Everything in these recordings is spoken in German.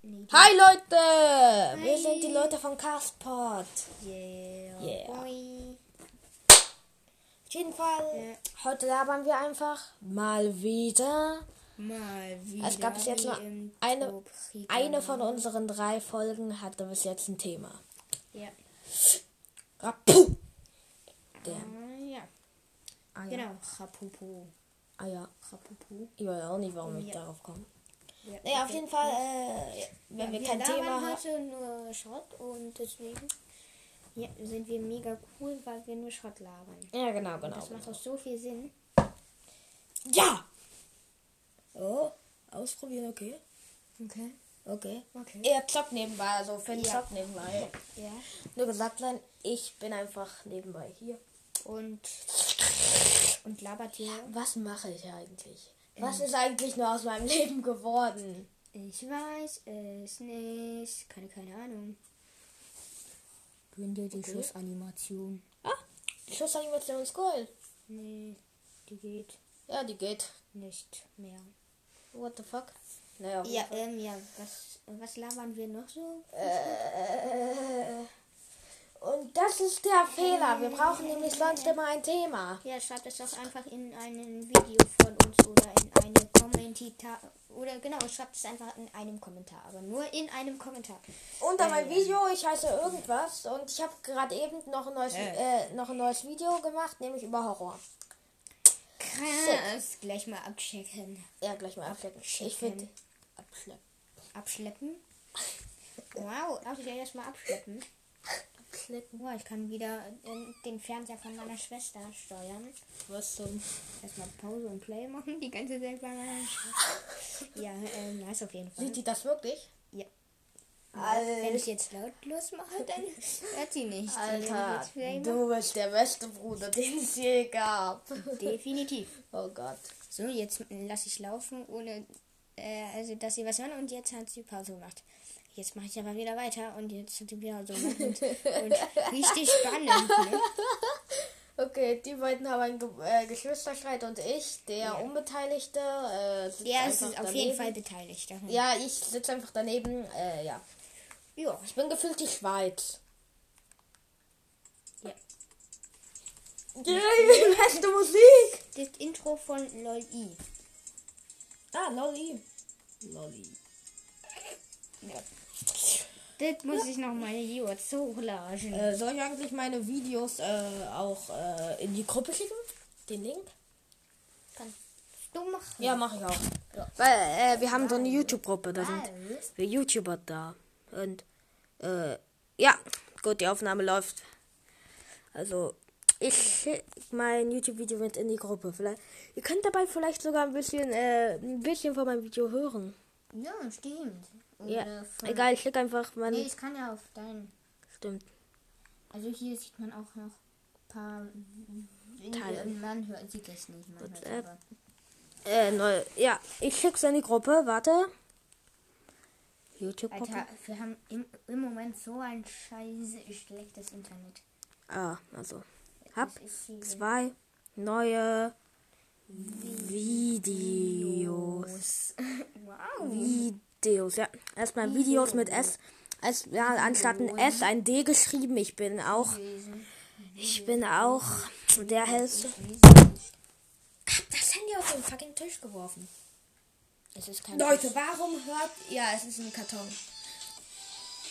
Nee, die- Hi Leute! Wir Hi. sind die Leute von Castport. Yeah. Yeah. Boy. Auf jeden Fall, heute labern wir einfach mal wieder. Mal wieder. Es Also gab bis jetzt nur im eine, Top- eine von unseren drei Folgen hatte bis jetzt ein Thema. Ja. Rapu! Der Ah, ja. Eier. Genau. Rapopo. Eier. Rapopo. Ah, Ich weiß auch nicht, warum ich Ja. darauf komme. Ja, Naja, auf okay. jeden Fall, äh, wenn wir kein labern Thema haben. heute nur Schrott und deswegen ja, sind wir mega cool, weil wir nur Schrott labern. Ja, genau, genau. Das macht auch so viel Sinn. Ja! Oh, ausprobieren, okay. Okay. Okay. Okay. Er zockt nebenbei, also Finn Ja. zockt nebenbei. Ja. Nur gesagt sein, ich bin einfach nebenbei hier. Und, und labert hier. Was mache ich eigentlich? Was ist eigentlich nur aus meinem Leben geworden? Ich weiß es nicht. Keine, keine Ahnung. Gründe die Schussanimation. Ah, die Schussanimation ist cool. Nee, die geht Ja, die geht. nicht mehr. What the fuck? Naja, auf Ja, jeden ähm, ja, was, was labern wir noch so? Fall. Äh, und das ist der Fehler. Wir brauchen nämlich sonst immer ein Thema. Ja, schreibt es doch einfach in ein Video von uns oder in eine Kommentar. Oder genau, schreibt es einfach in einem Kommentar. Aber nur in einem Kommentar. Unter mein Video, ich heiße irgendwas und ich habe gerade eben noch ein, neues, äh, noch ein neues Video gemacht, nämlich über Horror. Krass. Gleich mal abchecken. Ja, gleich mal abschlecken. Ich finde. Abschlecken. Abschleppen? Wow, darf ich ja erstmal abschleppen? Abschlecken. Wow, ich kann wieder ähm, den Fernseher von meiner Schwester steuern. Was zum. Erstmal Pause und Play machen, die ganze Zeit bei meiner Schwester. Ja, ähm, nice auf jeden Fall. Sieht die das wirklich? Ja. Wenn ich Alter, jetzt lautlos mache, dann hört sie nicht. Wenn ich Alter jetzt Play mache- du bist der beste Bruder, den es je gab. Definitiv. Oh Gott. So, jetzt lasse ich laufen, ohne äh, also dass sie was hören und jetzt hat sie Pause gemacht. Jetzt mache ich aber wieder weiter und jetzt hat sie wieder so gemacht und, und richtig spannend. Ne? Okay, die beiden haben einen Ge äh, Geschwisterstreit und ich, der Unbeteiligte, äh, sitzt Der ist einfach auf daneben. jeden Fall beteiligt. daran. Ja, ich sitze einfach daneben. Äh, ja. ja. Ich bin gefühlt die Schweiz. Ja. Yay, die beste Musik! Das Intro von LOL I. Ah, Lolli. Lolli. Das muss ich noch mal hier hochladen. Äh, soll ich eigentlich meine Videos äh, auch äh, in die Gruppe schicken? Den Link? Kannst du machen? Ja, mache ich auch. Weil äh, wir haben so eine YouTube-Gruppe, da sind Alles. wir YouTuber da. Und äh, ja, gut, die Aufnahme läuft. Also ich schick mein YouTube-Video mit in die Gruppe. Vielleicht, ihr könnt dabei vielleicht sogar ein bisschen, äh, ein bisschen von meinem Video hören. Ja, stimmt. Ja, egal, Oh, ich schicke einfach mein. Nee, ich kann ja auf deinen. Stimmt. Also hier sieht man auch noch ein paar Teile. Man hört, sieht das nicht. Man hört äh, aber. Äh, neu. Ja, ich schick's in die Gruppe. Warte. YouTube-Gruppe. Alter, wir haben im, im Moment so ein scheiße schlechtes Internet. Ah, also. Hab Das ist hier- zwei neue Videos. Wow. Videos, ja. Erstmal Videos mit S. S ja, anstatt ein S ein D geschrieben. Ich bin auch. Ich bin auch der hellste. Hab das Handy auf den fucking Tisch geworfen. Es ist kein Leute, warum hört. Ja, es ist ein Karton.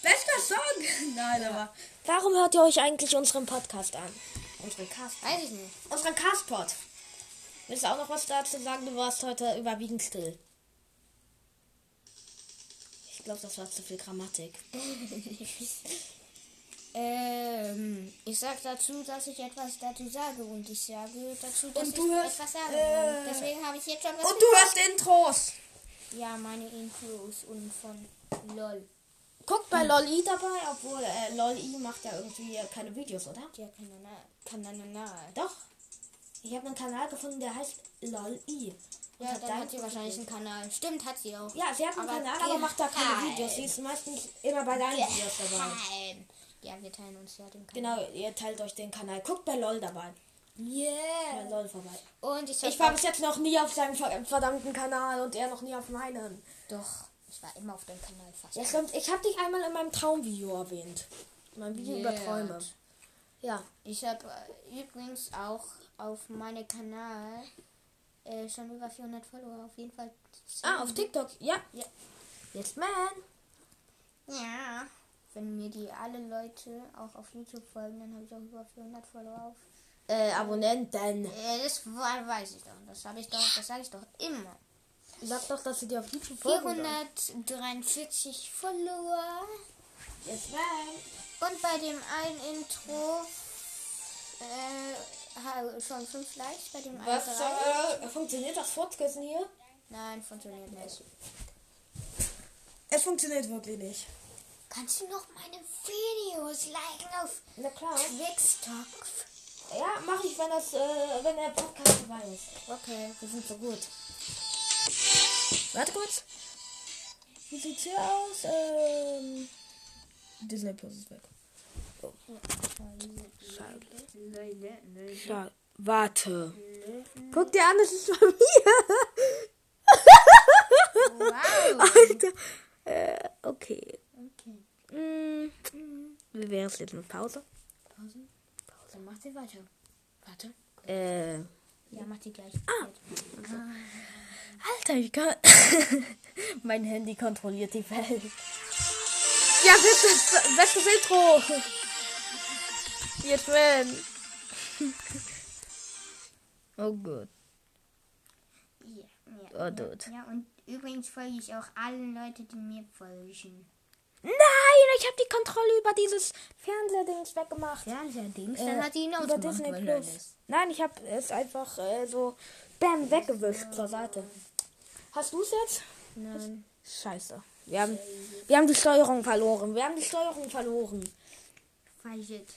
Bester Song! Nein, aber. Warum hört ihr euch eigentlich unseren Podcast an? Unseren Cast. Weiß ich nicht. Unseren Castpod. Willst du auch noch was dazu sagen? Du warst heute überwiegend still. Ich glaube, das war zu viel Grammatik. Ähm, ich sag dazu, dass ich etwas dazu sage und ich sage dazu, dass Und du ich hörst, etwas sage. äh, Und Deswegen habe ich jetzt schon was. Und du hörst Intros. ja, meine Infos und von LOL. Guckt bei Lolli dabei, obwohl äh, Lolli macht ja irgendwie äh, keine Videos, oder? Ja, Kanana. Kanana. Doch. Ich habe einen Kanal gefunden, der heißt Lolli. Und Ja, dann da- hat sie wahrscheinlich einen Kanal. Stimmt, hat sie auch. Ja, sie hat einen Aber Kanal, aber macht da keine geheim. Videos. Sie ist meistens immer bei deinen Videos dabei. Nein. Ja, wir teilen uns ja den Kanal. Genau, ihr teilt euch den Kanal. Guckt bei LOL dabei. Bei Yeah. LOL vorbei. Und ich, sag Ich war bis jetzt noch nie auf seinem ver- verdammten Kanal und er noch nie auf meinen. doch. Ich war immer auf deinem Kanal fast. Ja, stimmt. Ich habe dich einmal in meinem Traumvideo erwähnt. Mein Video über Ja. Träume. Ja. Ich habe äh, übrigens auch auf meinem Kanal äh, schon über 400 Follower. Auf jeden Fall. Ah, auf TikTok. Ja. Ja. Yes, man. Ja. Wenn mir die alle Leute auch auf YouTube folgen, dann habe ich auch über 400 Follower auf. Äh, Abonnenten. Äh, das war- weiß ich doch. Das habe ich doch. Das sage ich doch immer. Sag doch, dass sie dir auf YouTube folgen. 443 Follower. Yes, man. Und bei dem einen Intro äh, ha- schon fünf Likes, bei dem Was einen drei. äh, funktioniert das Fortkissen hier? Nein, funktioniert nicht. Es funktioniert wirklich nicht. Kannst du noch meine Videos liken auf Na klar. Twixtalk? Ja, mache ich, wenn das, äh, wenn der Podcast vorbei ist. Okay. Wir sind so gut. Warte kurz. Wie sieht's hier aus? Ähm. Disney Plus ist weg. Ja, warte. Guck dir an, das ist von mir. Wow. Alter. Äh, okay. Okay. Mm, Wie wäre es jetzt mit Pause? Pause. Dann macht sie weiter. Warte. Äh. Ja, macht die gleich. Ah. Alter, ich kann. mein Handy kontrolliert die Welt. Ja, bitte, weg das Intro. Jetzt wenn. Oh Gott. Ja, Oh, ja, Dude. ja. ja, und übrigens folge ich auch allen Leuten, die mir folgen. Nein, ich habe die Kontrolle über dieses Fernsehding weggemacht. Fernsehdings, Äh, dann hat die ihn über ausgemacht. Disney weil er Plus. das- Nein, ich habe es einfach äh, so bam weggewischt zur Seite. Hast du es jetzt? Nein. Scheiße. Wir haben, wir haben die Steuerung verloren. Wir haben die Steuerung verloren. Falschet.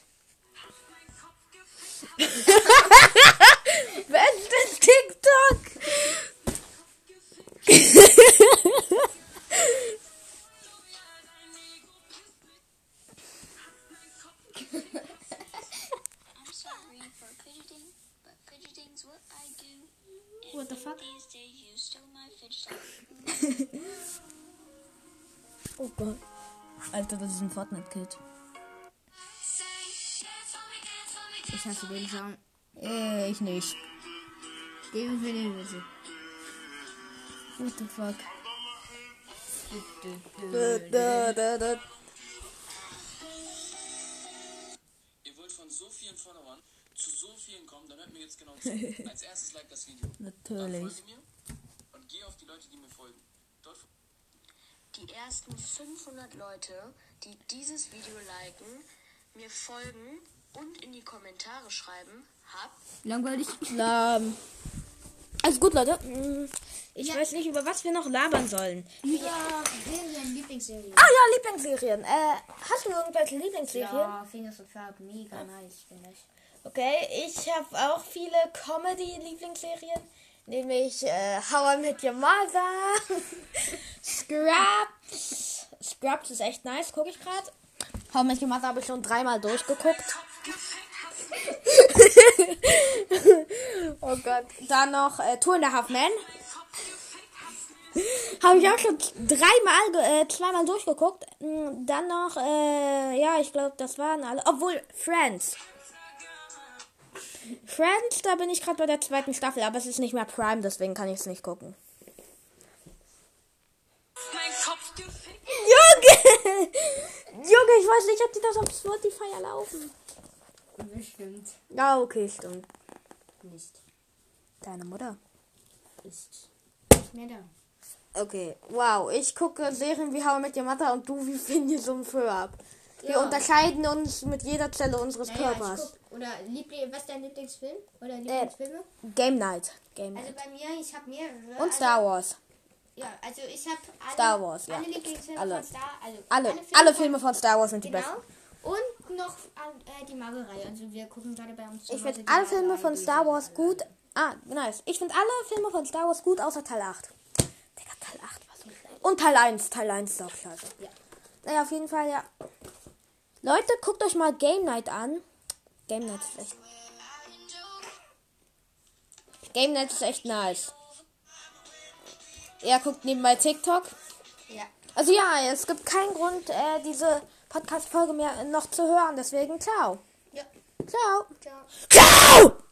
Was ist TikTok? I'm sorry for fidgeting, but fidgeting's what I do. And What the fuck? These days you stole my fidget toy. Oh Gott. Alter, das ist ein Fortnite-Kid. Ich hasse den Song. Äh, ich nicht. Den will ich wissen. What the fuck? Ihr wollt von so vielen Followern zu so vielen kommen, dann hört mir jetzt genau zu. Als erstes like das Video. Dann Natürlich. folge mir und geh auf die Leute, die mir folgen. Dort die ersten 500 Leute, die dieses Video liken, mir folgen und in die Kommentare schreiben, hab Langweilig. Lahm. Also gut, Leute. Mm, Ich Ja. weiß nicht, über was wir noch labern sollen. Ja, Serien, Lieblingsserie. Ah ja, Lieblingsserien. Äh, hast du irgendwelche Lieblingsserien? Ja, Fingers und Ferb, mega nice, finde ich. Okay, ich habe auch viele Comedy-Lieblingsserien, nämlich äh, How I Met Your Mother, Scrubs. Scrubs ist echt nice, gucke ich gerade. How I Met Your Mother habe ich schon dreimal durchgeguckt. oh Gott. Dann noch äh, Two and a Half Men. Habe ich auch schon dreimal, ge- äh, zweimal durchgeguckt. Mm, Dann noch, äh, ja, ich glaube, das waren alle. Obwohl, Friends. Friends, da bin ich gerade bei der zweiten Staffel, aber es ist nicht mehr Prime, deswegen kann ich es nicht gucken. Junge! Junge, ich weiß nicht, ob die das auf Spotify erlauben. Bestimmt Ja, okay, stimmt. nicht. Deine Mutter. Ist mehr da. Okay, wow. Ich gucke Serien wie How I Met Your Mother und du wie Finny so ein Föhr ab. Wir Ja. unterscheiden uns mit jeder Zelle unseres Naja, ich Körpers. guck, oder Liebling, was ist dein Lieblingsfilm? Äh, Oder Lieblingsfilme? Game Night. Game Night. Also bei mir, ich habe mehrere. und Star Wars. Also, ja, also ich habe alle, Star Wars, ja. alle Lieblingsfilme Alle. von Star. Also Alle, alle, Filme, von Star Wars sind die besten. Genau. Und noch äh, die Marvel-Reihe. Also wir gucken gerade bei uns. zu Ich Hause finde die alle Filme von Marvel-Reihe. Star Wars gut. Ah, nice. Ich finde alle Filme von Star Wars gut, außer Teil 8. Digga, Teil 8 war so schlecht. Und Teil 1. Teil 1 ist auch scheiße. Ja. Naja, auf jeden Fall, ja. Leute, guckt euch mal Game Night an. Game Night ist echt. Game Night ist echt nice. Er guckt nebenbei TikTok. Ja. Also ja, es gibt keinen Grund, äh, diese Podcast-Folge mehr noch zu hören. Deswegen ciao. Ja, Ciao. ciao. Ciao!